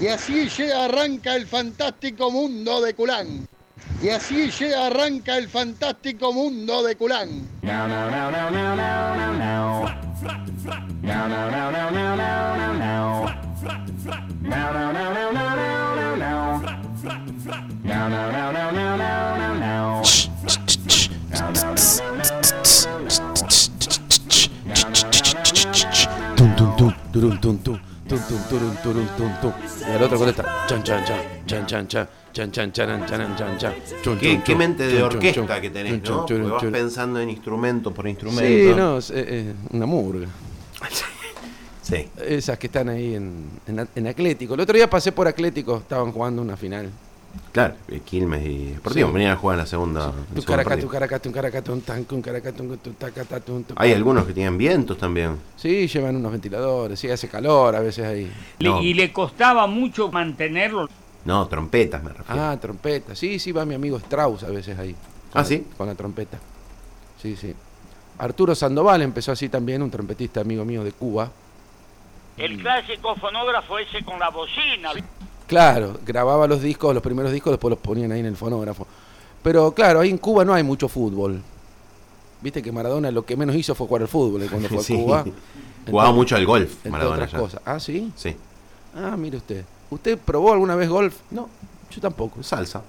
Y así llega, arranca el fantástico mundo de Culán. Y así llega, arranca el fantástico mundo de Culán. No, no, no, no, no, no, no, no. No, no, no, no, no, no, no, no. No, no, no, no, no, no, no, no. No, no, no, no, no, no, no, no. No, no, no, no, no, no, no, no. Tum, tum, tum, turum, tum, tum, tum, tum, turum, turum, tum, tum. Y el otro con esta. Chan, chan, chan, chan, chan, chan. Chan, chan, charan, charan, chan, chan. Chun, Qué, chun, qué chun, mente chun, de chun, orquesta chun. que Chun, tenés, chun, ¿no? churun, Porque vas churun. pensando en instrumento por instrumento. Sí, no, es, es- es una murga. Sí. Esas que están ahí en, en, en Atlético. El otro día pasé por Atlético, estaban jugando una final. Claro, eh, Quilmes y Sportivo Sí. venían a jugar en la segunda. el Tu segundo caracatun, partido. caracatun, caracatun, tan, cun, caracatun, tu tacatatun, tu- Hay algunos que tienen vientos también. Sí, llevan unos ventiladores, sí, hace calor a veces ahí. Le- No. Y le costaba mucho mantenerlo. No, trompetas me refiero. Ah, trompeta. Sí, sí, va mi amigo Strauss a veces ahí. Ah, Con la- ¿sí? Con la trompeta. Sí, sí. Arturo Sandoval empezó así también, un trompetista amigo mío de Cuba. El Mm. clásico fonógrafo ese con la bocina. Claro, grababa los discos, los primeros discos, después los ponían ahí en el fonógrafo. Pero claro, ahí en Cuba no hay mucho fútbol. Viste que Maradona lo que menos hizo fue jugar al fútbol eh, cuando fue Sí. a Cuba. Jugaba Entre- mucho al golf, entre Maradona. otras ya. cosas. Ah, sí. Sí, Ah, mire usted. ¿Usted probó alguna vez golf? No. Yo tampoco. salsa.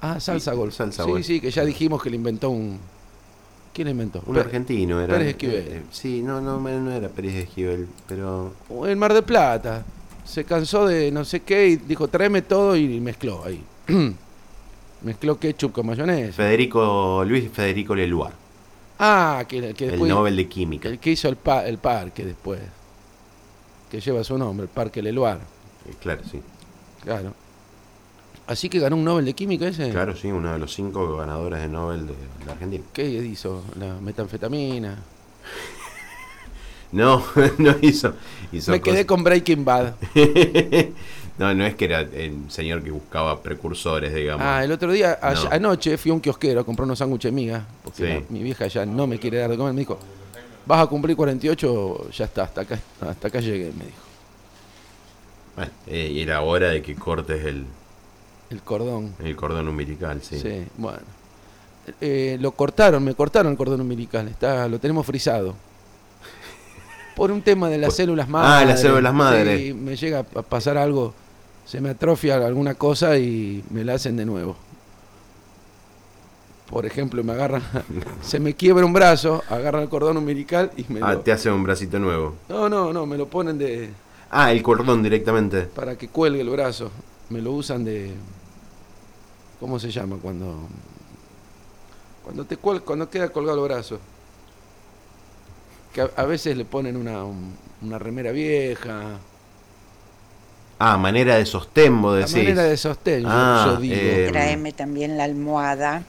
Ah, salsa Sí, golf. salsa sí, golf. sí, que ya dijimos que le inventó un. ¿Quién inventó? Un Pe- argentino era. Pérez Esquivel. Eh, eh, sí, no, no, no era Pérez Esquivel, pero. O En Mar del Plata. Se cansó de no sé qué y dijo, tráeme todo y mezcló ahí. mezcló ketchup con mayonesa. Federico, Luis Federico Leluar, Ah, que, que el después. Nobel de Química. El que hizo el, pa- el parque después. Que lleva su nombre, el Parque Leluar. Eh, Claro, sí. Claro. Así que ganó un Nobel de Química ese. Claro, sí, uno de los cinco ganadores de Nobel de la Argentina. ¿Qué hizo? La metanfetamina. No, no hizo. hizo Me quedé cosas- con Breaking Bad. no, no es que era el señor que buscaba precursores, digamos. Ah, el otro día, a- No. anoche, fui a un kiosquero a comprar unos sándwiches de miga, porque Sí. la- mi vieja ya no me quiere dar de comer. Me dijo, vas a cumplir 48, ya está, hasta acá, hasta acá llegué, me dijo. Bueno, eh, y era hora de que cortes el, El cordón. el cordón umbilical, sí. Sí, bueno. Eh, lo cortaron, me cortaron el cordón umbilical, está, lo tenemos frisado. Por un tema de las Por- células Ah, madres. las células madres. Sí, me llega a pasar algo, se me atrofia alguna cosa y me la hacen de nuevo. Por ejemplo, me agarran, se me quiebra un brazo, agarra el cordón umbilical y me Ah, lo... te hace un bracito nuevo. No, no, no, me lo ponen de... Ah, el cordón directamente. para que cuelgue el brazo. Me lo usan de. ¿Cómo se llama cuando.? Cuando te cuel- cuando queda colgado el brazo. Que a, a veces le ponen una, un- una remera vieja. Ah, manera de sostén, vos La decís. manera de sostén, yo- Ah, yo digo. eh. Traeme también la almohada.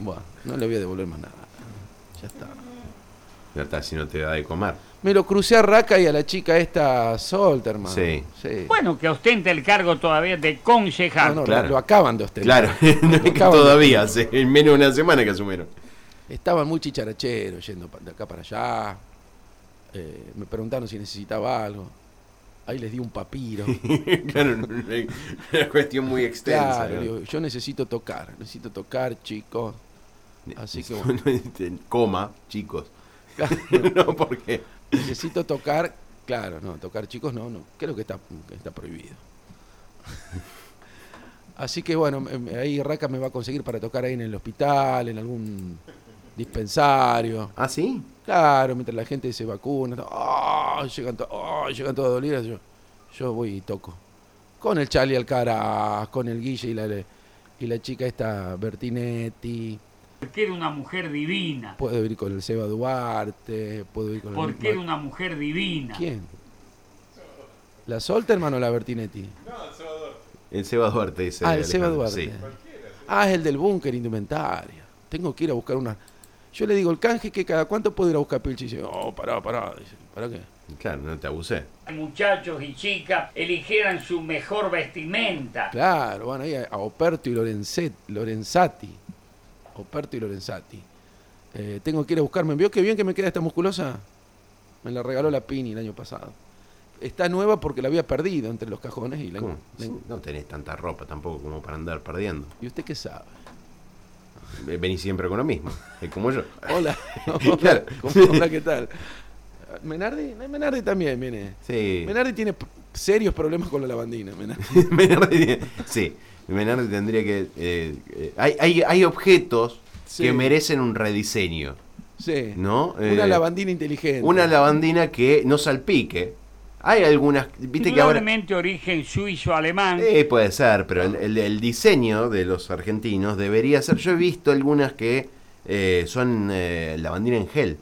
Buah, no le voy a devolver más nada. Ya está. Ya está, si no te da de comer. Me lo crucé a Raka y a la chica esta Solterman. Sí. sí. Bueno, que ostenta el cargo todavía de concejal. No, no, claro. lo, lo acaban de ostentar. Claro, no es que Acaban de- todavía, hace menos de una semana que asumieron. Estaban muy chicharacheros, yendo pa- de acá para allá. Eh, me preguntaron si necesitaba algo. Ahí les di un papiro. claro, no- no es una cuestión muy extensa. claro, ¿no? digo, yo necesito tocar, necesito tocar, chicos. así que bueno. Este, Coma, chicos. Claro, no, porque. necesito tocar, claro, no, tocar chicos no, no. Creo que está, que está prohibido. Así que bueno, me- me- ahí Raca me va a conseguir para tocar ahí en el hospital, en algún dispensario. ¿Ah, sí? Claro, mientras la gente se vacuna, to- ¡ah! llegan, to- ¡ah! llegan todos dolidos, yo, yo voy y toco. Con el Charlie Alcaraz, con el Guille y la, y la chica esta Bertinetti, Porque era una mujer divina. puedo ir con el Seba Duarte, puedo ir con el- Porque era una mujer divina. ¿Quién? ¿La Solterman o la Bertinetti? El Seba Duarte dice. ah, el Seba Alejandro, Duarte. sí. Ah, es el del búnker indumentaria. Tengo que ir a buscar una... Yo le digo, el canje que cada cuánto puedo ir a buscar pilchi. Y dice, oh, pará, pará. Dice, ¿para qué? Claro, no te abusé. Muchachos y chicas eligieran su mejor vestimenta. Claro, van ahí a, a Operto y Lorenzet- Lorenzati. Operto y Lorenzati. Eh, tengo que ir a buscarme. ¿Vio qué bien que me queda esta musculosa? Me la regaló la Pini el año pasado. está nueva porque la había perdido entre los cajones y la, ¿Cómo? la- No tenés tanta ropa tampoco como para andar perdiendo. ¿Y usted qué sabe? Eh, Venís siempre con lo mismo. Es como yo. Hola, hola, Claro. ¿cómo- hola, ¿qué tal? Menardi, eh, Menardi también viene. Sí. Menardi tiene p- serios problemas con la lavandina. Menardi. Menardi- sí. Menardi tendría que. eh, eh, hay, hay, hay objetos Sí. que merecen un rediseño. Sí. ¿No? Una Eh, lavandina inteligente. Una lavandina que no salpique. Hay algunas. Viste que ahora. Probablemente origen suizo-alemán. Eh, puede ser, pero el, el- el diseño de los argentinos debería ser. Yo he visto algunas que eh, son eh, lavandina en gel.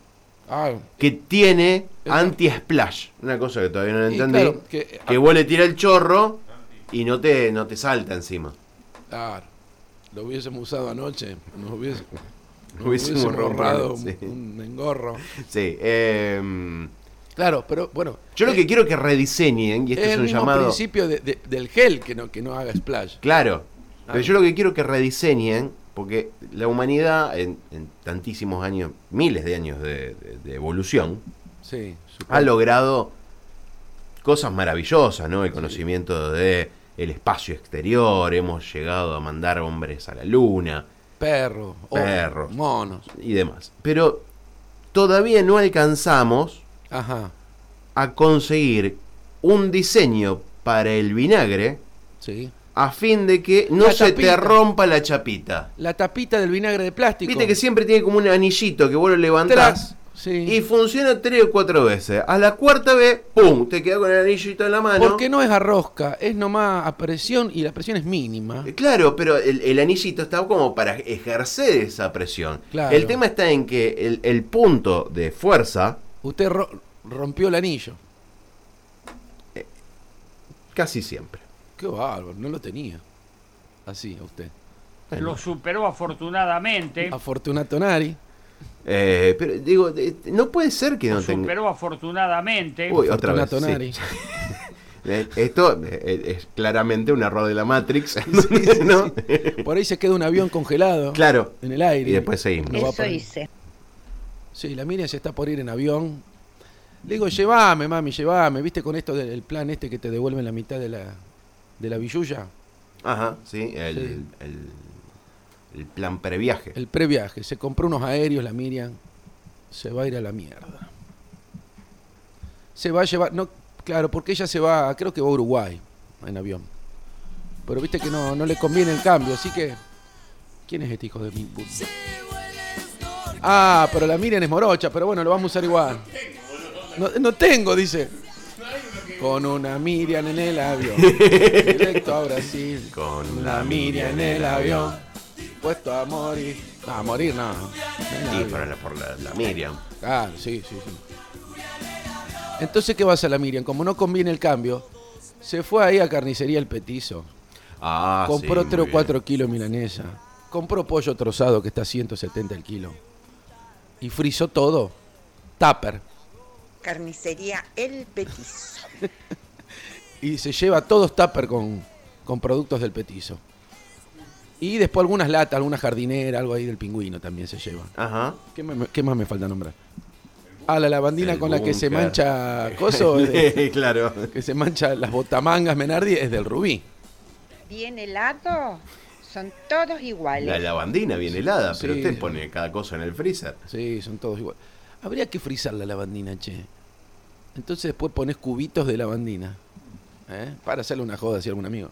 Ah, que tiene Eso. anti-splash. Una cosa que todavía no Y entendí. claro, que que- eh, vos le tiras el chorro y no te, no te salta encima. claro. Lo hubiésemos usado anoche. Nos hubiese- nos hubiésemos Hubiésemos ahorrado rompado, un, sí. un engorro. Sí. eh, Claro, pero bueno. yo lo eh, que quiero que rediseñen, y este es es, el un mismo llamado. principio de- de- del gel que no, que no haga splash. Claro. Ah. Pero yo lo que quiero que rediseñen, porque la humanidad en, en tantísimos años, miles de años de, de- de evolución, Sí. supongo. ha logrado cosas maravillosas, ¿no? El conocimiento de el espacio exterior, hemos llegado a mandar hombres a la luna, Perro, Perro. perros, monos. y demás. Pero todavía no alcanzamos Ajá. a conseguir un diseño para el vinagre Sí. a fin de que no La se te tapita. rompa la chapita. La tapita del vinagre de plástico. Viste que siempre tiene como un anillito que vos lo levantás Tras. Sí. y funciona tres o cuatro veces. A la cuarta vez, ¡pum! Te queda con el anillito en la mano. Porque no es a rosca, es nomás a presión y la presión es mínima. Eh, Claro, pero el, el anillito está como para ejercer esa presión. Claro. El tema está en que el, el punto de fuerza Usted ro- rompió el anillo. casi siempre. Qué bárbaro, no lo tenía. Así, a usted. Lo superó afortunadamente. Afortunatonari. Eh, pero digo, eh, no puede ser que no Lo tenga. superó afortunadamente. Uy, otra vez. Afortunatonari. sí. Eh, Esto eh, es claramente un error de la Matrix. ¿no? Por ahí se queda un avión congelado. Claro. En el aire. Y después seguimos. No va Eso para- hice. Sí, la Miriam se está por ir en avión. Le digo, llévame, mami, llévame. ¿Viste con esto del plan este que te devuelven la mitad de la, de la billulla? Ajá, sí. El, Sí. el- el plan previaje. El previaje. Se compró unos aéreos, la Miriam. Se va a ir a la mierda. Se va a llevar. No, claro, porque ella se va. Creo que va a Uruguay en avión. Pero viste que no, no le conviene el cambio, así que. ¿Quién es este hijo de mi puta? Ah, pero la Miriam es morocha, pero bueno, lo vamos a usar igual. No, no tengo, dice. Con una Miriam en el avión. Directo a Brasil. Con Una la Miriam en el avión. Puesto a morir. No, a morir no. En el Sí, avión. por la, por la- la Miriam. Ah, sí, sí, sí. Entonces, ¿qué va a hacer la Miriam? Como no conviene el cambio, se fue ahí a carnicería El Petizo. Ah, compró sí, 3 muy o 4 kilos de milanesa. Compró pollo trozado que está a 170 el kilo. Y frizó todo. Tupper. Carnicería El Petizo. Y se lleva todos tupper con, con productos del Petizo. Y después algunas latas, alguna jardinera, algo ahí del pingüino también se lleva. bien. Ajá. ¿Qué, me- qué más me falta nombrar? Ah, la lavandina El con la que se búnker. mancha coso, de- claro. que se mancha las botamangas Menardi es del rubí. Bien helado. Son todos iguales. La lavandina bien helada, pero Sí. usted pone cada cosa en el freezer. Sí, son todos igual. Habría que frizar la lavandina, che. Entonces después pones cubitos de lavandina. ¿eh? Para hacerle una joda si algún amigo.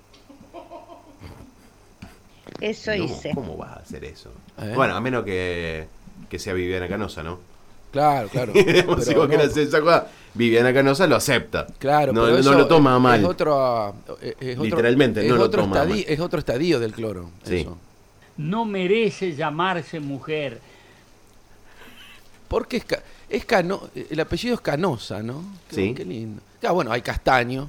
Eso No, hice. ¿Cómo vas a hacer eso? ¿Eh? Bueno, a menos que, que sea Viviana Canosa, ¿no? Claro, claro. Digamos, si Pero no, vos querés hacer esa cosa, Viviana Canosa lo acepta. Claro, no, pero no eso lo toma es- mal. Es otro, es- es otro- Literalmente, es no lo otro toma estadi- mal. Es otro estadio del cloro. Sí. eso. No merece llamarse mujer. Porque es, ca- es cano- el apellido es Canosa, ¿no? Qué, Sí. Qué lindo. Claro, bueno, hay Castaño.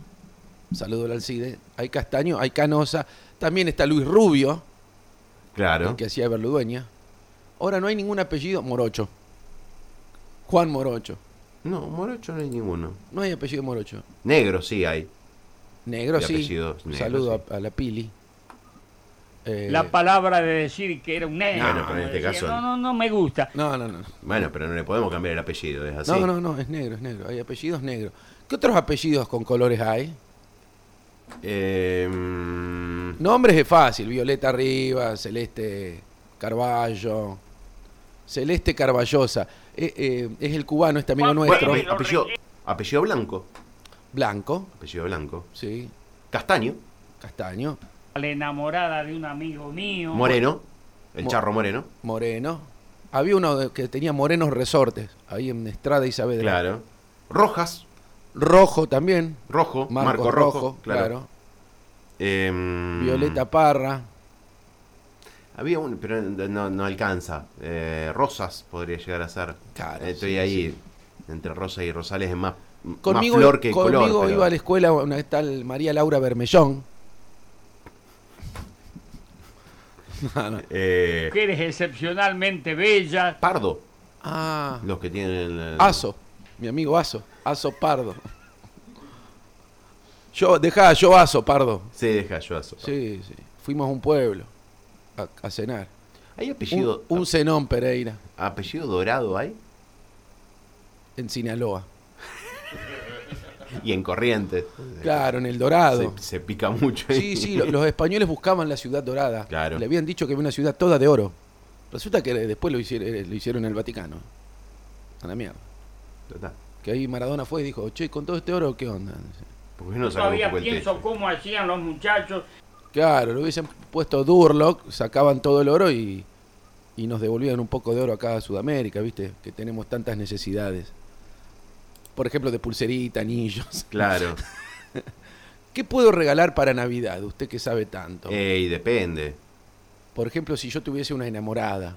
Saludo al Alcide. Hay Castaño, hay Canosa. También está Luis Rubio, Claro. el que hacía de Berludueña. Ahora no hay ningún apellido Morocho. Juan Morocho. No, morocho no hay ninguno. No hay apellido Morocho. Negro sí hay. Negro De sí. apellidos negros, Saludo sí. a, a la Pili. Eh, La palabra de decir que era un negro. Bueno, pero en este Decía, caso- No, no, no me gusta. no, no, no. ¿Ah, Bueno, pero no le podemos cambiar el apellido, es así. No, no, no, es negro, es negro. Hay apellidos negros. ¿Qué otros apellidos con colores hay? Eh, mm, Nombres es fácil, Violeta Rivas, Celeste Carballo, Celeste Carballosa. Eh, eh, es el cubano, este Ah, amigo Bueno, nuestro, ape- apellido, apellido blanco. blanco, Apellido blanco. sí, Castaño. castaño, a la enamorada de un amigo mío. Moreno. El Mo- charro moreno. moreno. Había uno de- que tenía morenos resortes, ahí en Estrada y Saavedra. Claro. Rojas. Rojo también, Rojo. Marco, Rojo. claro. Eh, Violeta Parra, Había un, pero no, no alcanza. Eh, Rosas podría llegar a ser. Eh, Claro, Estoy sí, ahí. Entre Rosas y Rosales es más, Conmigo, más flor que color. conmigo pero- iba a la escuela una tal María Laura Bermellón. No, no. Eh, Mujeres excepcionalmente bellas. Pardo. Ah, Los que tienen. el- Aso, mi amigo Aso, Aso Pardo. Yo, dejá, yo Aso Pardo. Sí, deja yo a eso. Sí, sí. Fuimos a un pueblo a, a cenar. ¿Hay apellido, Un, un cenón Pereira apellido dorado hay? en Sinaloa. Y en Corrientes. Claro, en El Dorado. Se, se pica mucho. ahí. Sí, sí, lo- los españoles buscaban la ciudad dorada. Claro. Le habían dicho que era una ciudad toda de oro. Resulta que después lo hicieron, eh, lo hicieron en el Vaticano. A la mierda. Total. Que ahí Maradona fue y dijo, che, con todo este oro, ¿qué onda? ¿Por qué no sacamos un Todavía poco el pienso techo? cómo hacían los muchachos. Claro, lo hubiesen puesto Durlock, sacaban todo el oro y, y nos devolvían un poco de oro acá a Sudamérica, ¿viste? Que tenemos tantas necesidades. Por ejemplo, de pulserita, anillos. Claro. ¿Qué puedo regalar para Navidad? Usted que sabe tanto. Ey, Eh, depende. Por ejemplo, si yo tuviese una enamorada.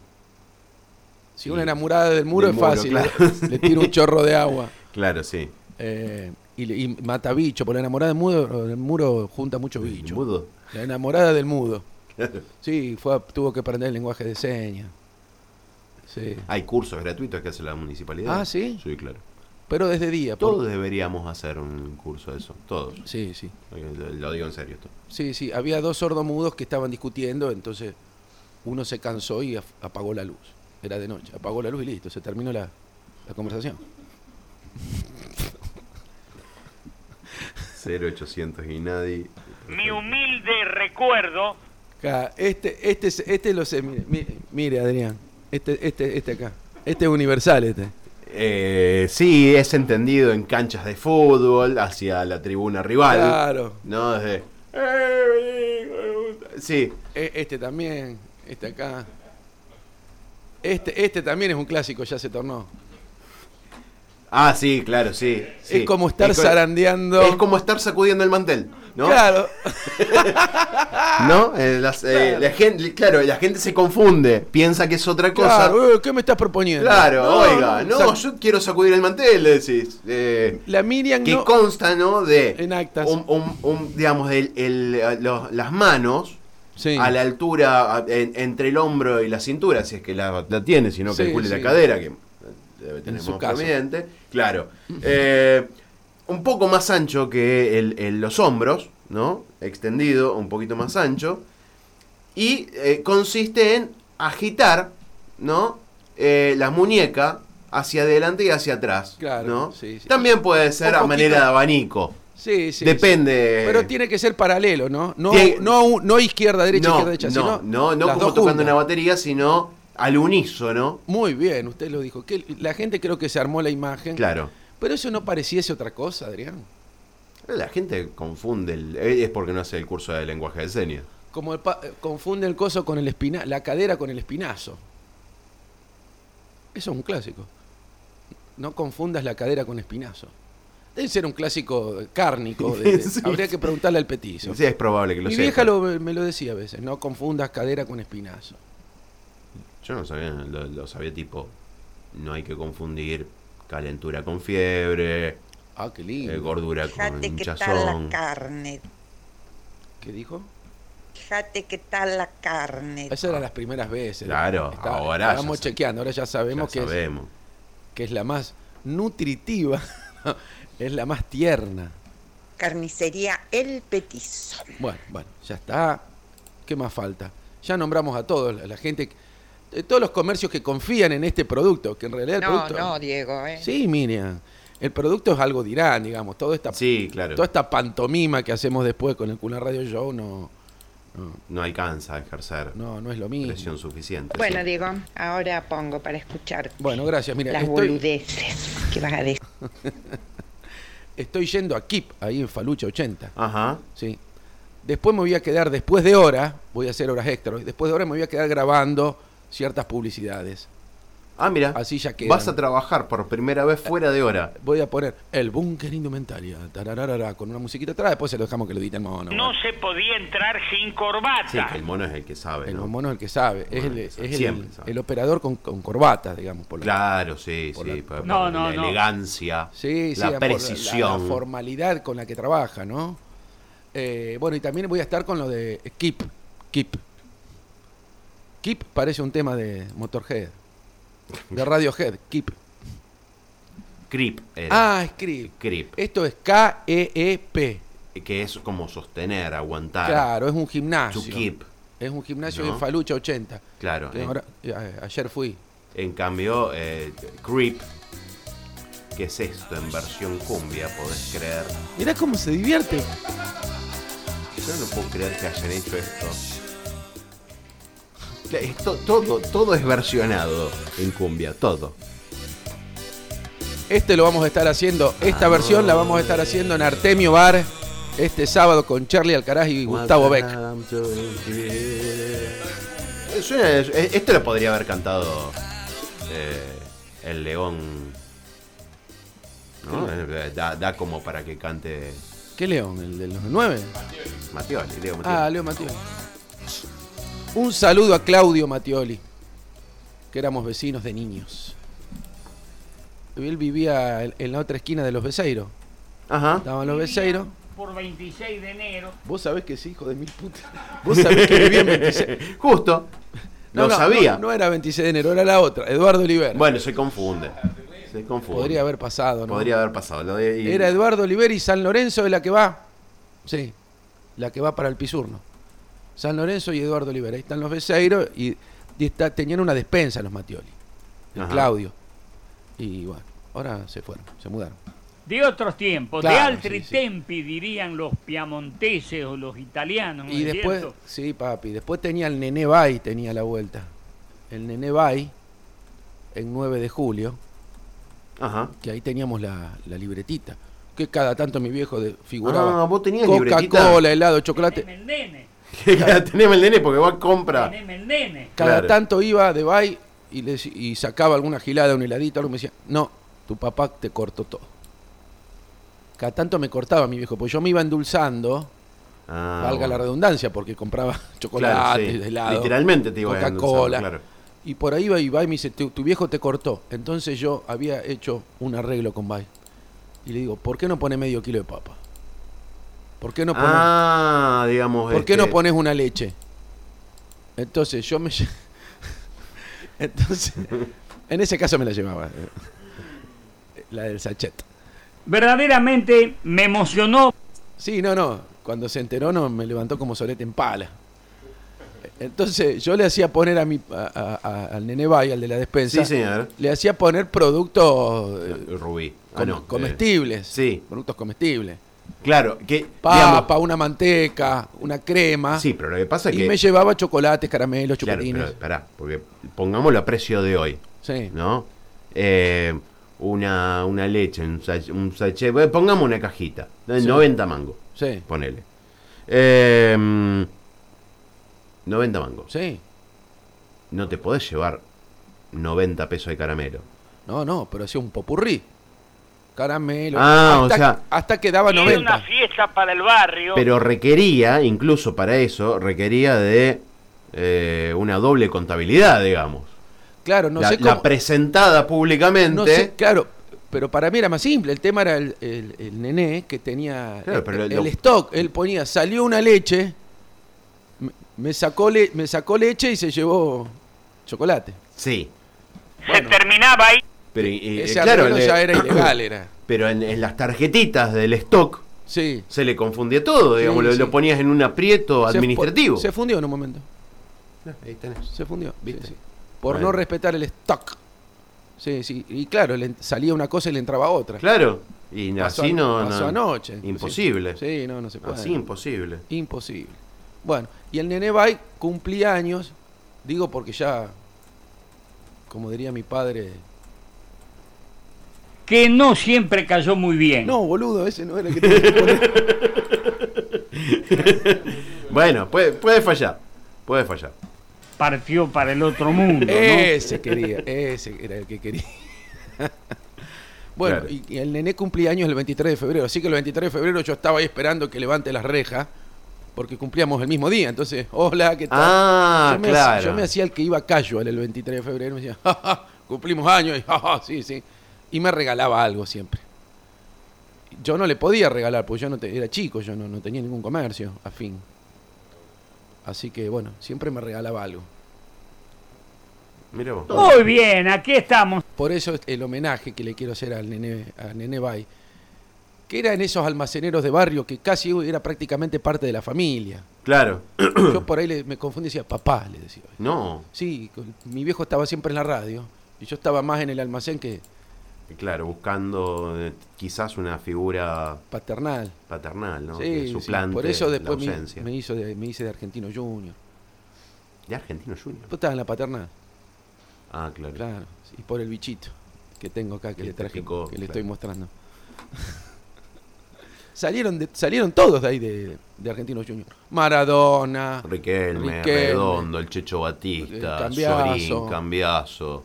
Si Sí. una enamorada del muro Del es muro, fácil, ¿eh? claro. le, le tiro un chorro de agua. Claro, sí. eh, y, le- y mata bicho, porque la enamorada del muro, del muro junta mucho bicho. Mudo. La enamorada del mudo. Sí, fue a- tuvo que aprender el lenguaje de señas. Sí. Hay cursos gratuitos que hace la municipalidad. Ah, ¿sí? Sí, claro. Pero desde día. por- Todos deberíamos hacer un curso de eso. Todos. Sí, sí. Lo lo digo en serio esto. Sí, sí. Había dos sordomudos que estaban discutiendo, entonces uno se cansó y af- apagó la luz. Era de noche. Apagó la luz y listo, se terminó la, la conversación. 0800 y nadie. Mi humilde recuerdo, Acá, este, este, es- este lo sé. Mire, mire, mire, Adrián. Este, este, este acá. Este es universal, este. Eh, sí, es entendido en canchas de fútbol hacia la tribuna rival. Claro. No, desde. "Eh, eh, Sí, E- Este también. Este acá. Este, este también es un clásico, ya se tornó. Ah, sí, claro, sí. sí. Es como estar Es co- zarandeando. Es como estar sacudiendo el mantel, ¿no? Claro. ¿No? Eh, las, eh, la gente, claro, la gente se confunde, piensa que es otra cosa. Claro, Claro, eh, ¿qué me estás proponiendo? oiga, no, Sac- yo quiero sacudir el mantel, le decís. Eh, La Miriam que no. consta, ¿no? De. En actas. Un, un- un, digamos, el- el- eh, los- las manos Sí. a la altura, a- en- entre el hombro y la cintura, si es que la, la tiene, si no Sí, calcule sí. la cadera, que eh, debe tener su más caso. prominente. Claro. Eh, un poco más ancho que el- el- los hombros, ¿no? Extendido, un poquito más ancho. Y eh, consiste en agitar, ¿no? Eh, la muñeca hacia adelante y hacia atrás. Claro, ¿no? sí, sí. También puede ser Un a poquito- manera de abanico. Sí, sí, Depende. sí. Pero tiene que ser paralelo, ¿no? No, Tiene- no, no izquierda, derecha, no, izquierda, derecha, no, sino. no, no las como dos tocando juntas. una batería, sino al unísono. Muy bien, usted lo dijo. Que la gente creo que se armó la imagen. Claro. Pero eso no pareciese otra cosa, Adrián. La gente confunde, el- eh, es porque no hace el curso de lenguaje de señas. Como el pa- eh, confunde el coso con el espina, la cadera con el espinazo. Eso es un clásico. No confundas la cadera con espinazo. Debe ser un clásico cárnico. de- de- Sí. Habría que preguntarle al petizo. Sí, es probable que lo Mi sepa. vieja lo- me lo decía a veces, no confundas cadera con espinazo. Yo no sabía, lo, lo sabía tipo, no hay que confundir calentura con fiebre, Ah, qué eh, lindo. gordura con Fíjate qué tal la hinchazón. carne. ¿Qué dijo? Fíjate qué tal la carne. Esas eran las primeras veces. Claro, ahora ya Estábamos sa- chequeando, ahora ya Ya sabemos, que, Es, sabemos. que es la más nutritiva, es la más tierna. Carnicería El Petizo. Bueno, bueno, ya está. ¿Qué más falta? Ya nombramos a todos, la, la gente, eh, todos los comercios que confían en este producto, que en realidad el No, producto... no, Diego, ¿eh? Sí, Miriam. El producto es algo dirán, digamos. Toda esta, Sí, claro. toda esta pantomima que hacemos después con el Cuna Radio Show no, No alcanza a ejercer no, no es lo mismo. presión suficiente. Bueno, sí. Diego, ahora pongo para escuchar Bueno, gracias. Mira, las estoy, boludeces que vas a decir. estoy yendo a Kip, ahí en Falucha 80. Ajá. Sí. Después me voy a quedar, después de hora, voy a hacer horas extra, y después de hora me voy a quedar grabando ciertas publicidades. Ah, mira. Así ya quedan. Vas a trabajar por primera vez fuera de hora. Voy a poner el búnker indumentaria, tarararara, con una musiquita atrás, después se lo dejamos que lo edite el mono. No se podía entrar sin Sí, corbata. que el mono es el que sabe, el ¿no? mono es el que sabe, es, el, es el- Siempre sabe. el operador con, con corbata, digamos. Por la- Claro, sí, Por sí. la- por- No, por no, la no. elegancia, Sí, sí, la por precisión. la formalidad con la que trabaja, ¿no? Eh, bueno, y también voy a estar con lo de Keep. Keep. Keep parece un tema de Motorhead. De Radiohead, Keep. Creep. era. Ah, es Creep. Creep. Esto es E K-E-E-P. Que es como sostener, aguantar. Claro, es un To gimnasio. keep. Es un gimnasio ¿No? de Falucha 80. Claro. ¿eh? Que en- ahora- a- ayer fui. En cambio, eh, Creep, que es esto en versión cumbia, podés creer. Mirá cómo se divierte. Yo no puedo creer que hayan hecho esto. Claro, esto- todo, todo es versionado en cumbia, todo. Este lo vamos a estar haciendo, Ah. esta versión la vamos a estar haciendo en Artemio Bar este sábado con Charlie Alcaraz y Gustavo Beck. Eh, suena- eh, esto lo podría haber cantado eh, el león. ¿no? Eh, Da, da como para que cante ¿Qué León? ¿El de los nueve? Matioli, Leo Matioli. Ah, Leo Matioli. Un saludo a Claudio Matioli, que éramos vecinos de niños. Él vivía en en la otra esquina de los Beceiros. Ajá. Estaban los Beceiros. Por 26 de enero. Vos sabés que sí, hijo de mil puta. Vos sabés que vivía en 26. Justo. No, lo no, sabía. No, no era 26 de enero, era la otra. Eduardo Olivera. Bueno, se confunde. Se confunde. Podría haber pasado, ¿no? Podría haber pasado. Lo de- y- Era Eduardo Olivera y San Lorenzo de la que va. Sí, la que va para el pisurno. San Lorenzo y Eduardo Olivera. Ahí están los Beceiros y, y está- tenían una despensa los Matioli. El Ajá. Claudio. Y bueno, ahora se fueron, se mudaron. De otros tiempos, de Claro, altri sí, sí. tempi dirían los piamonteses o los italianos. ¿no y es después, cierto? sí, papi, después tenía el Nené Bay, tenía la vuelta. El Nené Bay, en 9 de julio, Ajá. que ahí teníamos la, la libretita. Que cada tanto mi viejo de, figuraba. Ah, vos tenías Coca-Cola, libretita. helado, chocolate. Teneme el nene, Teneme el nene porque va a compra. teneme el nene. Cada Claro. tanto iba de Bay y, le dec- y sacaba alguna gilada, un heladito, algo me decía, no, tu papá te cortó todo. Cada tanto me cortaba mi viejo, porque yo me iba endulzando, Ah, valga la bueno. redundancia, porque compraba chocolate, Claro, sí. helado. Literalmente te iba Coca-Cola. endulzando, claro. Y por ahí iba y Bay me dice, tu, tu viejo te cortó. Entonces yo había hecho un arreglo con Bay. Y le digo, ¿por qué no pone medio kilo de papa? ¿Por qué no pone Ah, digamos. ¿Por qué no este, pones una leche? Entonces yo me. lle- Entonces. En ese caso me la llevaba. eh, La del sachet. Verdaderamente me emocionó Sí, no, no. Cuando se enteró, no, me levantó como solete en pala. Entonces yo le hacía poner a mi, a- a- a- al nene Bay, al de la despensa. Sí, señor. Le hacía poner productos eh, Rubí. Ah, com- no, eh, comestibles. sí. Productos comestibles. Claro, que. Papa, digamos, una manteca, una crema. Sí, pero lo que pasa es y que. me llevaba chocolates, caramelos, claro, chocolines. pero pará, porque pongámoslo a precio de hoy. Sí. ¿no? Eh, una, una leche, un sach- un sachet, bueno, pongamos una cajita, de Sí. 90 mangos, Sí. ponele. Eh, mm, 90 mangos. Sí. No te podés llevar 90 pesos de caramelo. No, no, pero hacía un popurrí. Caramelo. Ah, o hasta, sea- Hasta quedaba Y Era una 90. fiesta para el barrio. Pero requería, incluso para eso, requería de eh, una doble contabilidad, digamos. Claro, no la, sé la cómo. presentada públicamente. No sé, claro. Pero para mí era más simple. El tema era el, el- el nené que tenía Claro, el, pero el- lo- el stock. Él ponía, salió una leche, me, me sacó le- me sacó leche y se llevó chocolate. Sí. Se terminaba ahí. Pero, eh, Ese claro, arreglo le- ya era ilegal, era. pero en- en las tarjetitas del stock Sí. se le confundía todo, digamos, Sí, lo, sí. lo ponías en un aprieto Se fu- administrativo. Se fundió en un momento. Ahí tenés. Se fundió, ¿Viste? sí, sí. Por Bueno. no respetar el stock. Sí, sí. Y claro, le en- salía una cosa y le entraba otra. Claro. Y Pasó así an- no. no- Pasó anoche. inclusive. Imposible. Sí, no, no se puede. Así imposible. Imposible. Bueno, y el Nene Bay cumplía años, digo porque ya, como diría mi padre... Que no siempre cayó muy bien. No, boludo, ese no era el que tenía que poner. Bueno, puede, puede fallar. Puede fallar. Partió para el otro mundo. ¿no? Ese quería, ese era el que quería. Bueno, Claro. y, y el Nene cumplía años el 23 de febrero, así que el 23 de febrero yo estaba ahí esperando que levante las rejas, porque cumplíamos el mismo día, entonces, hola, ¿qué tal? Ah, yo, me hacía, claro. yo me hacía el que iba casual el 23 de febrero. Me decía, "Ja, ja, cumplimos años. Y, "Ja, ja, sí, sí. Y me regalaba algo siempre. Yo no le podía regalar, porque yo no te- era chico, yo no, no tenía ningún comercio afín. Así que bueno, siempre me regalaba algo. Mira vos. Muy bien, aquí estamos. Por eso el homenaje que le quiero hacer al nene, al nene Bay, que era en esos almaceneros de barrio que casi era prácticamente parte de la familia. Claro. Yo por ahí le- me confundí y decía, papá, le decía. No. Sí, con- mi viejo estaba siempre en la radio y yo estaba más en el almacén que Claro, buscando eh, quizás una figura paternal. paternal, ¿no? sí, que sí, suplante por eso después la me- ausencia. me, hizo de, me hice de argentino junior. De Argentino Junior. Vos estabas en la paternal, Ah, Pues, claro. claro. Y por el bichito que tengo acá que Que le te traje, picó, que le claro. estoy mostrando. salieron, de- salieron todos de ahí de, de argentino junior. Maradona. Riquelme, Riquelme, Redondo, el Checho eh, Batista, Cambiaso. Sorín, Cambiaso,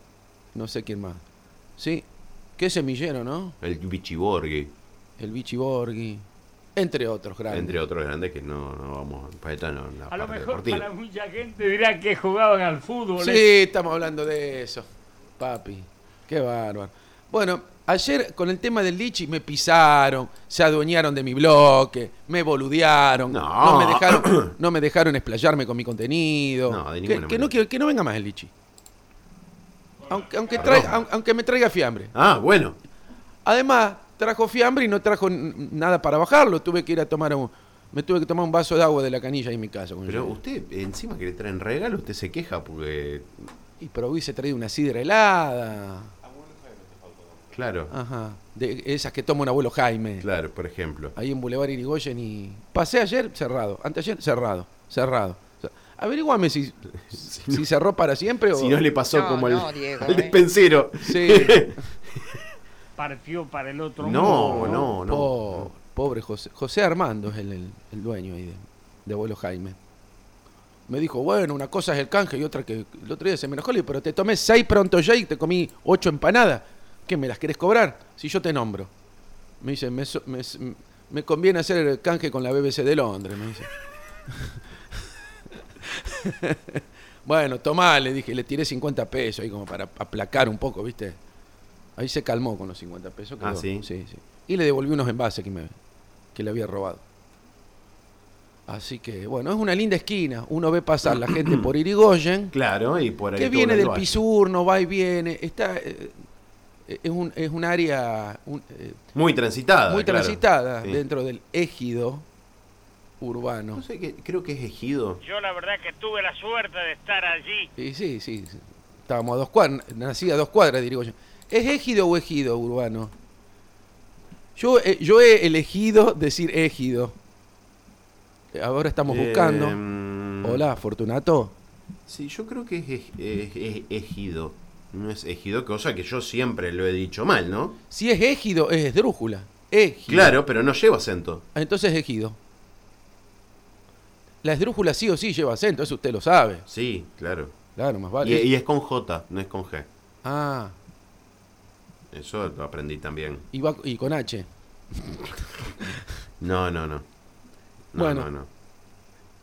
No sé quién más. Sí, qué semillero, ¿no? el Bichiborghi, El Bichi Borghi, entre otros grandes. entre otros grandes que no, no vamos para esta no, en la A lo parte mejor deportiva. para mucha gente dirá que jugaban al fútbol. ¿eh? Sí, estamos hablando de eso, papi. Qué bárbaro. Bueno, ayer con el tema del lichi me pisaron, se adueñaron de mi bloque, me boludearon, No. me dejaron, no me dejaron explayarme con mi contenido. No, de que, que ninguna no, manera. quiero- que no venga más el lichi. Aunque, aunque, trae- Perdón. aun- aunque me traiga fiambre. Ah, bueno, Además, trajo fiambre y no trajo n- nada para bajarlo. Tuve que ir a tomar un, me tuve que tomar un vaso de agua de la canilla ahí en mi casa. cuando pero llegué. usted encima que le traen regalo, usted se queja porque, Y pero hubiese traído una sidra helada. claro, Ajá. De esas que toma un abuelo Jaime. claro, por ejemplo. Ahí en Boulevard Irigoyen y. Pasé ayer cerrado. Anteayer cerrado. Cerrado. O sea, Averiguame si, si cerró para siempre o. Si no le pasó No, como al, no, Diego, al eh. despensero. Sí. Partió para el otro No, mundo. no, no. Po- Pobre José. José Armando es el, el- el dueño ahí de, de abuelo Jaime. Me dijo, bueno, una cosa es el canje y otra que. El otro día se me enojó, le digo, pero te tomé seis pronto ya y te comí ocho empanadas. ¿Qué me las querés cobrar? Si yo te nombro. Me dice, me, so- me- me conviene hacer el canje con la BBC de Londres, me dice. bueno, tomá, le dije, le tiré 50 pesos ahí como para aplacar un poco, ¿viste? Ahí se calmó con los 50 pesos. Ah, quedó. ¿sí? Sí, sí. Y le devolví unos envases que, me, que le había robado. Así que, bueno, es una linda esquina. Uno ve pasar la gente por Irigoyen Claro, y por ahí. que tuvo viene una del loa. pisurno, va y viene. Está, eh, es, un, es un área un, eh, Muy transitada. muy Ah, claro. transitada Sí. dentro del égido urbano. No sé, qué- creo que es ejido. Yo la verdad que tuve la suerte de estar allí. Y sí, sí, sí. estábamos a dos cuadras, nací a dos cuadras, digo yo. ¿Es égido o ejido urbano? Yo, eh, yo he elegido decir égido. Eh, Ahora estamos buscando. Em, Hola, Fortunato. Sí, yo creo que es ej- eh, eh, ejido. No es ejido, cosa que yo siempre lo he dicho mal, ¿no? Si es égido, es esdrújula. Égido. Claro, pero no lleva acento. Ah, Entonces ejido. La esdrújula sí o sí lleva acento, eso usted lo sabe. Sí, claro. Claro, más Y, vale. y es con J, no es con G. Ah, Eso lo aprendí también. y, va- y con H. No, no, no. No, Bueno. no, no.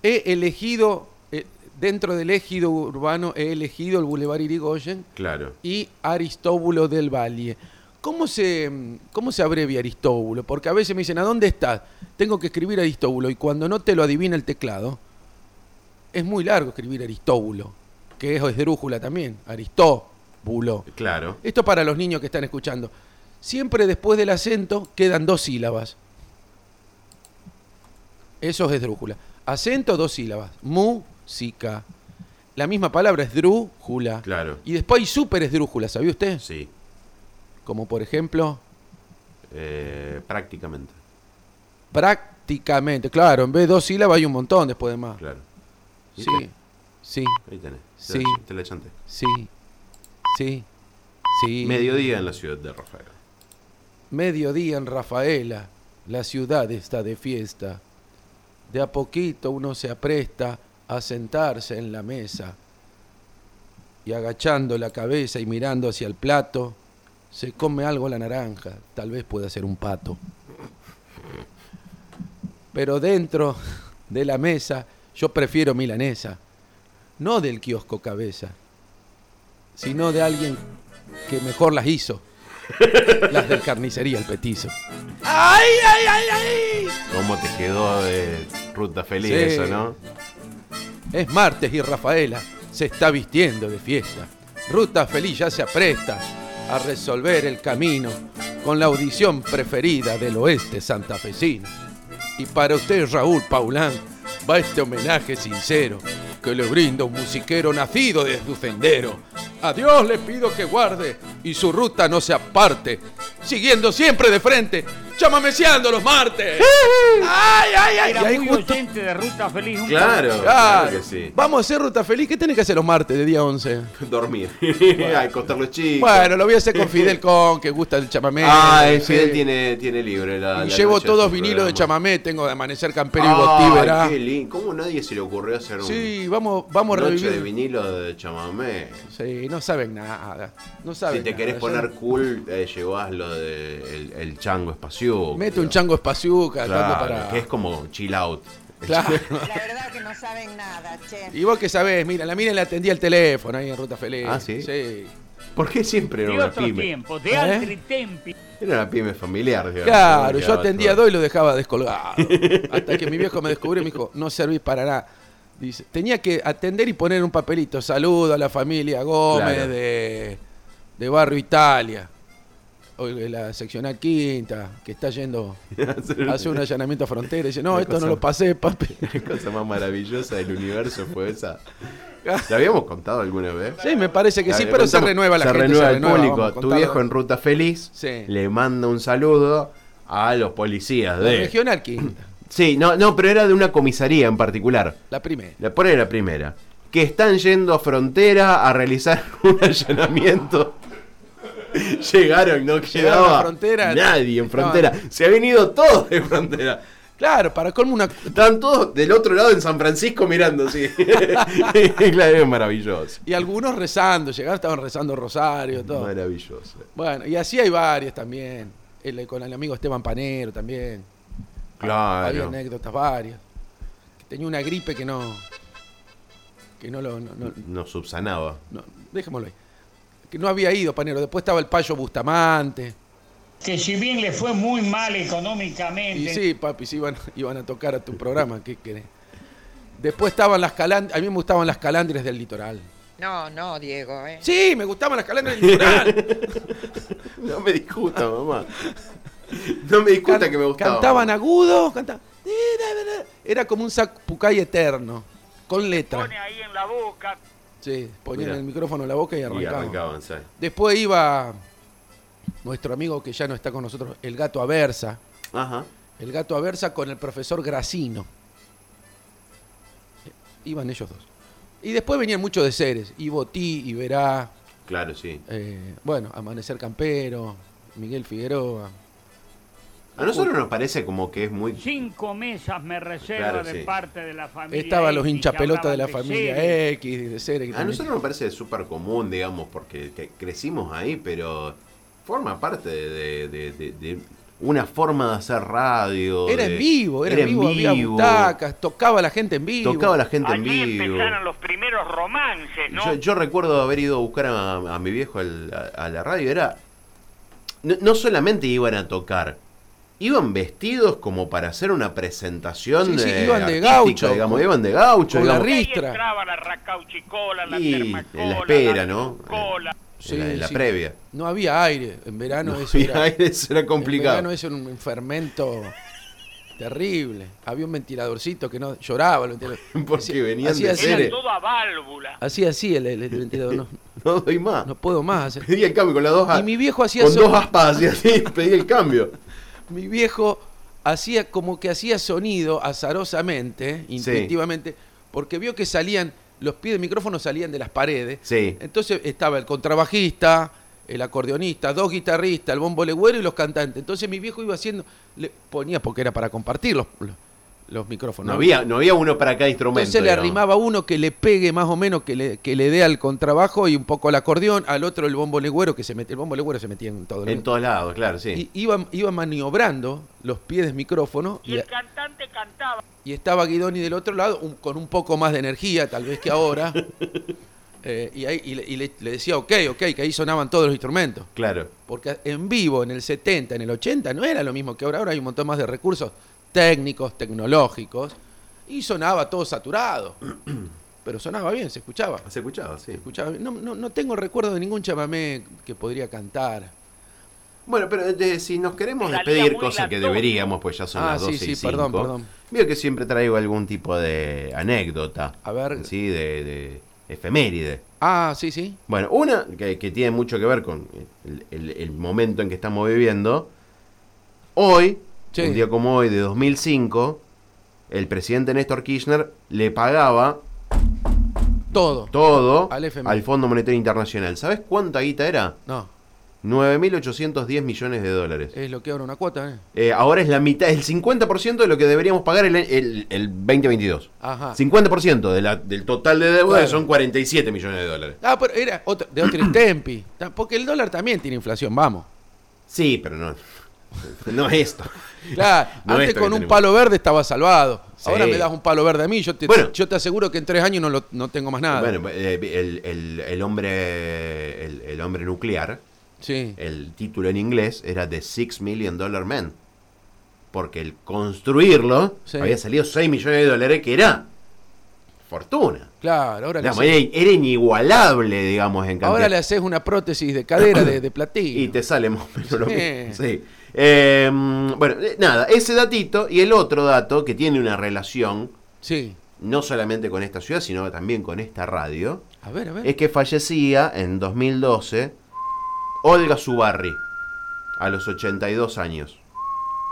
He elegido, eh, dentro del ejido urbano, he elegido el Boulevard Irigoyen Claro. y Aristóbulo del Valle. ¿Cómo se, ¿Cómo se abrevia Aristóbulo? Porque a veces me dicen, ¿a dónde estás? Tengo que escribir Aristóbulo y cuando no te lo adivina el teclado, es muy largo escribir Aristóbulo, que es esdrújula también, Aristóbulo. Claro. Esto para los niños que están escuchando. Siempre después del acento quedan dos sílabas. Eso es esdrújula. Acento, dos sílabas. Música. La misma palabra es drújula. Claro. Y después hay súper esdrújula, ¿sabía usted? Sí. Como por ejemplo, Eh, prácticamente, prácticamente. Claro, en vez de dos sílabas hay un montón después de más. claro. Sí, sí, Ahí tenés. Te Sí. la- Te la chanté. sí, sí, sí. Mediodía en la ciudad de Rafael. Mediodía en Rafaela, la ciudad está de fiesta. De a poquito uno se apresta a sentarse en la mesa y agachando la cabeza y mirando hacia el plato, se come algo la naranja, tal vez pueda ser un pato. Pero dentro de la mesa yo prefiero milanesa, no del kiosco cabeza, sino de alguien que mejor las hizo las del carnicería, el petizo. ¿Cómo te quedó de ruta feliz Sí. eso, no? Es martes y Rafaela se está vistiendo de fiesta. Ruta Feliz ya se apresta a resolver el camino con la audición preferida del oeste santafesino. Y para usted, Raúl Paulán, va este homenaje sincero que le brinda un musiquero nacido de su sendero. A Dios le pido que guarde y su ruta no se aparte, siguiendo siempre de frente, chamameceando los martes. ¡Ay, ay, ay! Era Y ahí muy justo- oyente de Ruta Feliz. un Claro, claro que sí. Vamos a hacer ruta feliz. ¿Qué tenés que hacer los martes de día 11? Dormir. Ay, costar los chicos. Bueno, lo voy a hacer con Fidel Con, que gusta el chamamé. Ah, Sí. el Fidel tiene, tiene libre la. Y la llevo noche todos su vinilos de programa. chamamé. Tengo de Amanecer Campero y Ay, Botí, ¿verdad? qué lindo. ¿Cómo nadie se le ocurrió hacer un Sí, vamos, vamos a noche de revivir. vinilo de chamamé? Sí, no saben nada. No saben Si te nada. querés Yo- poner cool, eh, llevás lo de el, el chango espacio. Mete un chango espaciuca. tanto claro, para... que es como chill out. Claro. La verdad que no saben nada, che. Y vos que sabés, mira, la mina le atendía el teléfono ahí en Ruta Feliz. Ah, ¿sí? Sí. ¿Por qué siempre era De una otros pyme? tiempos, de ¿Eh? altri tempi. Era una pyme familiar. digamos. Claro, yo Quedaba atendía todo. dos y lo dejaba descolgado. Hasta que mi viejo me descubrió y me dijo, no servís para nada. Dice, tenía que atender y poner un papelito. Saludo a la familia Gómez Claro. de, de Barrio Italia. O de la seccional quinta, que está yendo a hacer un allanamiento a frontera. Dice, no, Una esto cosa- no lo pasé, papi. La cosa más maravillosa del universo fue esa. ¿La habíamos contado alguna vez? Sí, me parece que La- sí, le pero se contamos. renueva la se gente. Renueva se el renueva, vamos a público. Tu contarlo. viejo en ruta feliz Sí. le manda un saludo a los policías La de. regional quinta, Sí, no, no, pero era de una comisaría en particular. la primera. La pone la primera. Que están yendo a frontera a realizar un allanamiento. Llegaron, Llegaron no a quedaba frontera. nadie en Estaban- frontera. Se ha venido todos de frontera. Claro, para colmo una... Estaban todos del otro lado en San Francisco mirando, sí. claro, es maravilloso. Y algunos rezando, llegaron, estaban rezando Rosario, todo. Maravilloso. Bueno, y así hay varias también. El- con el amigo Esteban Panero también. Había Claro. anécdotas varias. Tenía una gripe que no. Que no lo. No, no- No subsanaba. no- dejémoslo ahí. Que no había ido, Panero. Después estaba el payo Bustamante. Que si bien le fue muy mal Y económicamente, sí, papi, sí iban, iban a tocar a tu programa. ¿Qué querés? Después estaban las calandres. A mí me gustaban las calandres del litoral. No, no, Diego, eh. Sí, me gustaban las calandres del litoral. No me discuta, mamá. No me discuta que me gustaba. Cantaban agudos. Cantaban. Era como un sapucay eterno. Con letras. Pone ahí en la boca. Sí, ponían Mirá. el micrófono en la boca y arrancaban. Y arrancaban, sí. Después iba nuestro amigo que ya no está con nosotros, el gato Aversa. Ajá. El gato Aversa con el profesor Gracino. Eh, Iban ellos dos. Y después venían muchos de seres. Ibotí, Iberá, Claro, sí. eh, bueno, Amanecer Campero, Miguel Figueroa. A nosotros nos parece como que es muy cinco mesas me reserva Claro, de sí. parte de la familia. Estaban los X, que hinchapelotas de la hablaban familia series. X, de seres. que A también- Ah, nosotros nos parece súper común, digamos, porque que- crecimos ahí, pero forma parte de, de- de- de una forma de hacer radio. Era de- en vivo, era, en vivo, había butacas, tocaba la gente en vivo. Tocaba la gente en Allí vivo. empezaron los primeros romances, ¿no? Yo, yo recuerdo haber ido a buscar a, a mi viejo al- a, a la radio, era... No, no solamente iban a tocar, iban vestidos como para hacer una Sí, presentación sí, de, iban de artística, gaucho, digamos, con- iban de gaucho, con la digamos. Y ahí ristra. entraba la racauchicola, la Y termacola, en la espera, la ¿no? cola. en la- en la previa. No había aire. En verano No, eso y era. ahí eso era complicado. En verano eso era un fermento terrible. Había un ventiladorcito que no lloraba. el ventilador. Porque venían así, de así, seres. Era todo a válvula. así, así el, el- el ventilador. No, no doy más. No puedo más. hacer- Pedí el cambio con las dos Y mi viejo hacía Con so- dos aspas hacía así, pedí el cambio. Mi viejo hacía como que hacía sonido azarosamente, intuitivamente, porque vio que salían, los pies de micrófono salían de las paredes. Sí. Entonces estaba el contrabajista, el acordeonista, dos guitarristas, el bombo legüero y los cantantes. Entonces mi viejo iba haciendo, le ponía, porque era para compartir los, los- los micrófonos. No había, no había uno para cada instrumento. Entonces le digamos. arrimaba a uno que le pegue más o menos, que le, que le dé al contrabajo y un poco al acordeón, al otro el bombo legüero, que se metía, el bombo legüero se metía en todo. ¿no? En todos lados, claro, sí. Y iba, iba maniobrando los pies del micrófono Y y, el cantante cantaba. y estaba Guidoni del otro lado un- con un poco más de energía, tal vez que ahora. Eh, y ahí, y le, y le- le decía, ok, ok, que ahí sonaban todos los instrumentos. Claro. Porque en vivo, en el 70, en el 80, no era lo mismo que ahora. Ahora hay un montón más de recursos técnicos, tecnológicos. Y sonaba todo saturado. Pero sonaba bien, se escuchaba. Se escuchaba, sí. escuchaba bien. No, no, no tengo recuerdo de ningún chamamé que podría cantar. Bueno, pero eh, si nos queremos Salía despedir, muy cosa que latón. deberíamos, pues ya son Ah, las sí, 12 y sí, perdón, cinco. perdón. Veo que siempre traigo algún tipo de anécdota. A ver. Sí, de, de efeméride. Ah, sí, sí. Bueno, una que, que tiene mucho que ver con el, el- el momento en que estamos viviendo. Hoy, Sí. un día como hoy, de 2005, el presidente Néstor Kirchner le pagaba Todo. todo Al FMI. al Fondo Monetario Internacional. ¿Sabes cuánta guita era? No, 9.810 millones de dólares. es lo que ahora una cuota, ¿eh? Eh, ahora es la mitad, el 50% de lo que deberíamos pagar el, el, el 2022. Ajá. 50% de la- del total de deuda Claro. son 47 millones de dólares. Ah, pero era otro- de otro tempi. Ta- Porque el dólar también tiene inflación, vamos. Sí, pero no. No es esto. Claro, No antes esto que con un tenemos. palo verde estaba salvado. Sí. Ahora me das un palo verde a mí, yo te, Bueno. yo te aseguro que en tres años no, lo- no tengo más nada. Bueno, eh, el, el- el hombre, el, el hombre nuclear, sí. el título en inglés era The Six Million Dollar Man. Porque el construirlo Sí. había salido 6 millones de dólares, que era fortuna. Claro, ahora, Digamos, le, haces, era, era inigualable, digamos, en cantidad. ahora le haces una prótesis de cadera de, de platino. Y te sale más o menos lo Sí. mismo. Sí. Eh, bueno, eh, nada, ese datito y el otro dato que tiene una relación Sí. no solamente con esta ciudad, sino también con esta radio, A ver, a ver. es que fallecía en 2012 Olga Zubarri, a los 82 años.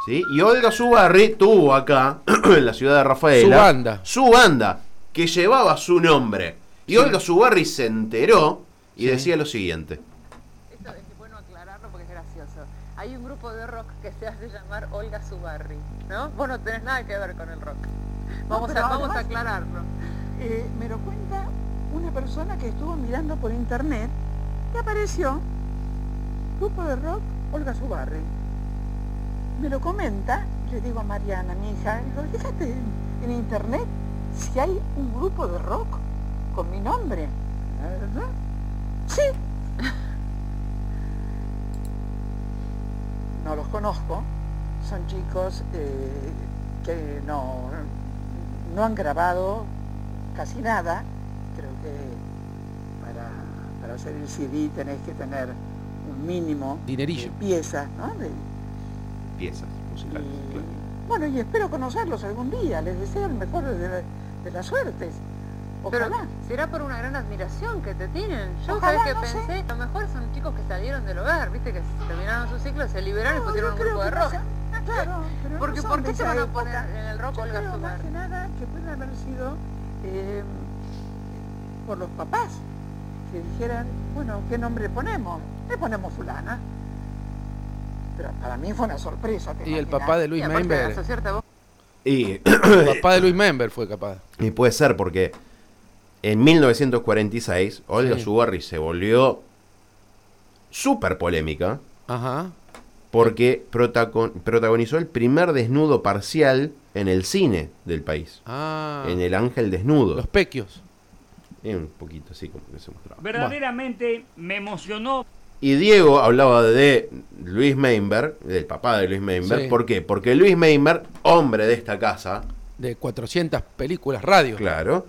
¿Sí? Y Olga Zubarri tuvo acá, en la ciudad de Rafaela, Su banda. su banda, que llevaba su nombre. Y Olga Zubarri se enteró y Sí. decía lo siguiente. Esto es bueno aclararlo porque es gracioso. Hay un grupo de rock que se hace llamar Olga Subarri, ¿no? Vos no tenés nada que ver con el rock. Vamos, pero a, vamos además- a aclararlo. Eh, me lo cuenta una persona que estuvo mirando por internet y apareció grupo de rock Olga Zubarri. Me lo comenta, le digo a Mariana, mi hija, le digo, fíjate en, en internet si hay un grupo de rock con mi nombre. "¿La verdad?". Sí. No los conozco, son chicos eh, que no, no han grabado casi nada. Creo que para, para hacer el CD tenés que tener un mínimo Dinerillo. de piezas, ¿no? De- piezas musicales. y- claro. Bueno, y espero conocerlos algún día. Les deseo el mejor de, la- de las suertes. Pero Ojalá. será por una gran admiración que te tienen. Yo Ojalá, sabes que no sé. pensé, a lo mejor son chicos que salieron del hogar, viste, que terminaron su ciclo, se liberaron y No, pusieron yo un creo grupo de que rock. pasa- Ah, claro, pero no Porque son ¿por qué de se esa van a época. poner en el rock Yo Olga creo más Zubar? que nada que pueden haber sido eh, por los papás que dijeran, bueno, ¿qué nombre ponemos? Le ponemos fulana. Pero para mí fue una sorpresa. ¿te Y el imaginas? papá de Y Luis aparte de Member. asociarte a vos. Y, El papá de Luis Member fue capaz. y puede ser porque en 1946 Olga Sí. Zubarri se volvió súper polémica Ajá. porque protaco- protagonizó el primer desnudo parcial en el cine del país. Ah. En El Ángel Desnudo. Los pequios. Eh, un poquito así como que se mostraba. Verdaderamente me emocionó Y Diego hablaba de Luis Meinberg, del papá de Luis Meinberg. Sí. ¿Por qué? Porque Luis Meinberg, hombre de esta casa, De 400 películas radio. claro,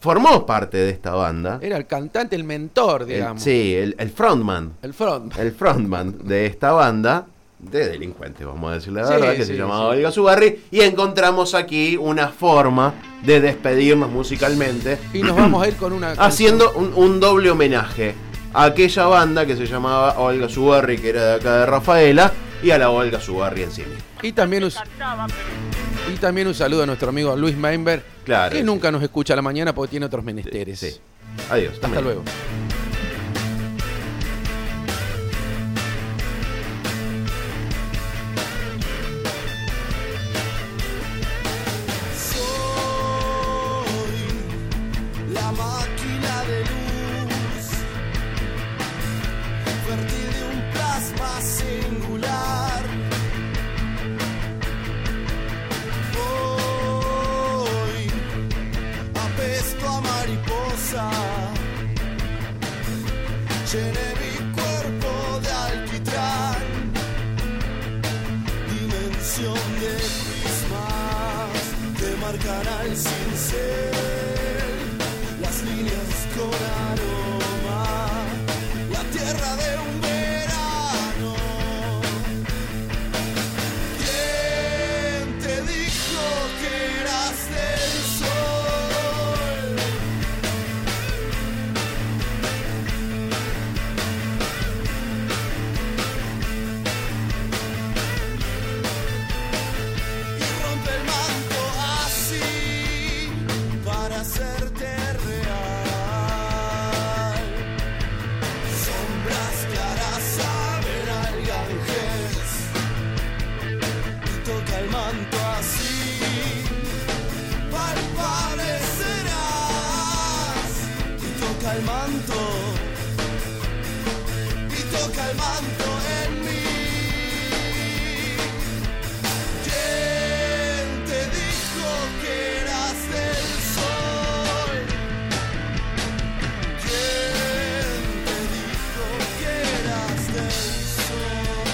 formó parte de esta banda. Era el cantante, el mentor, El- Eh, digamos. sí, el, el frontman. El front. El frontman de esta banda. de delincuentes, vamos a decir la Sí, verdad, que se sí, llamaba sí. Olga Subarri, y encontramos aquí una forma de despedirnos musicalmente, Y nos vamos a ir con una. Ah, canción. haciendo un, un doble homenaje a aquella banda que se llamaba Olga Subarri, que era de acá de Rafaela, y a la Olga Subarri en sí misma. Y también, un, Cantaba, pero y también un saludo a nuestro amigo Luis Meinberg, Claro. que nunca nos escucha a la mañana porque tiene otros menesteres. Sí. Adiós. Hasta luego. La máquina de luz, fértil de un plasma singular. Hoy apesto a mariposa, llené mi cuerpo de alquitrán, dimensión de prismas, te marcará el cincel las líneas con aroma, la tierra de un verano. ¿Quién te dijo que eras del sol? Y rompe el manto así para hacerte real. Sombras claras saben al ganges. Y toca el manto así. Palparecerás. Y toca el manto. Y toca el manto en mí. ¿Quién te dijo que eras del sol? ¿Quién te dijo que eras del sol?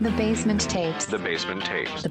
The Basement Tapes. The Basement Tapes.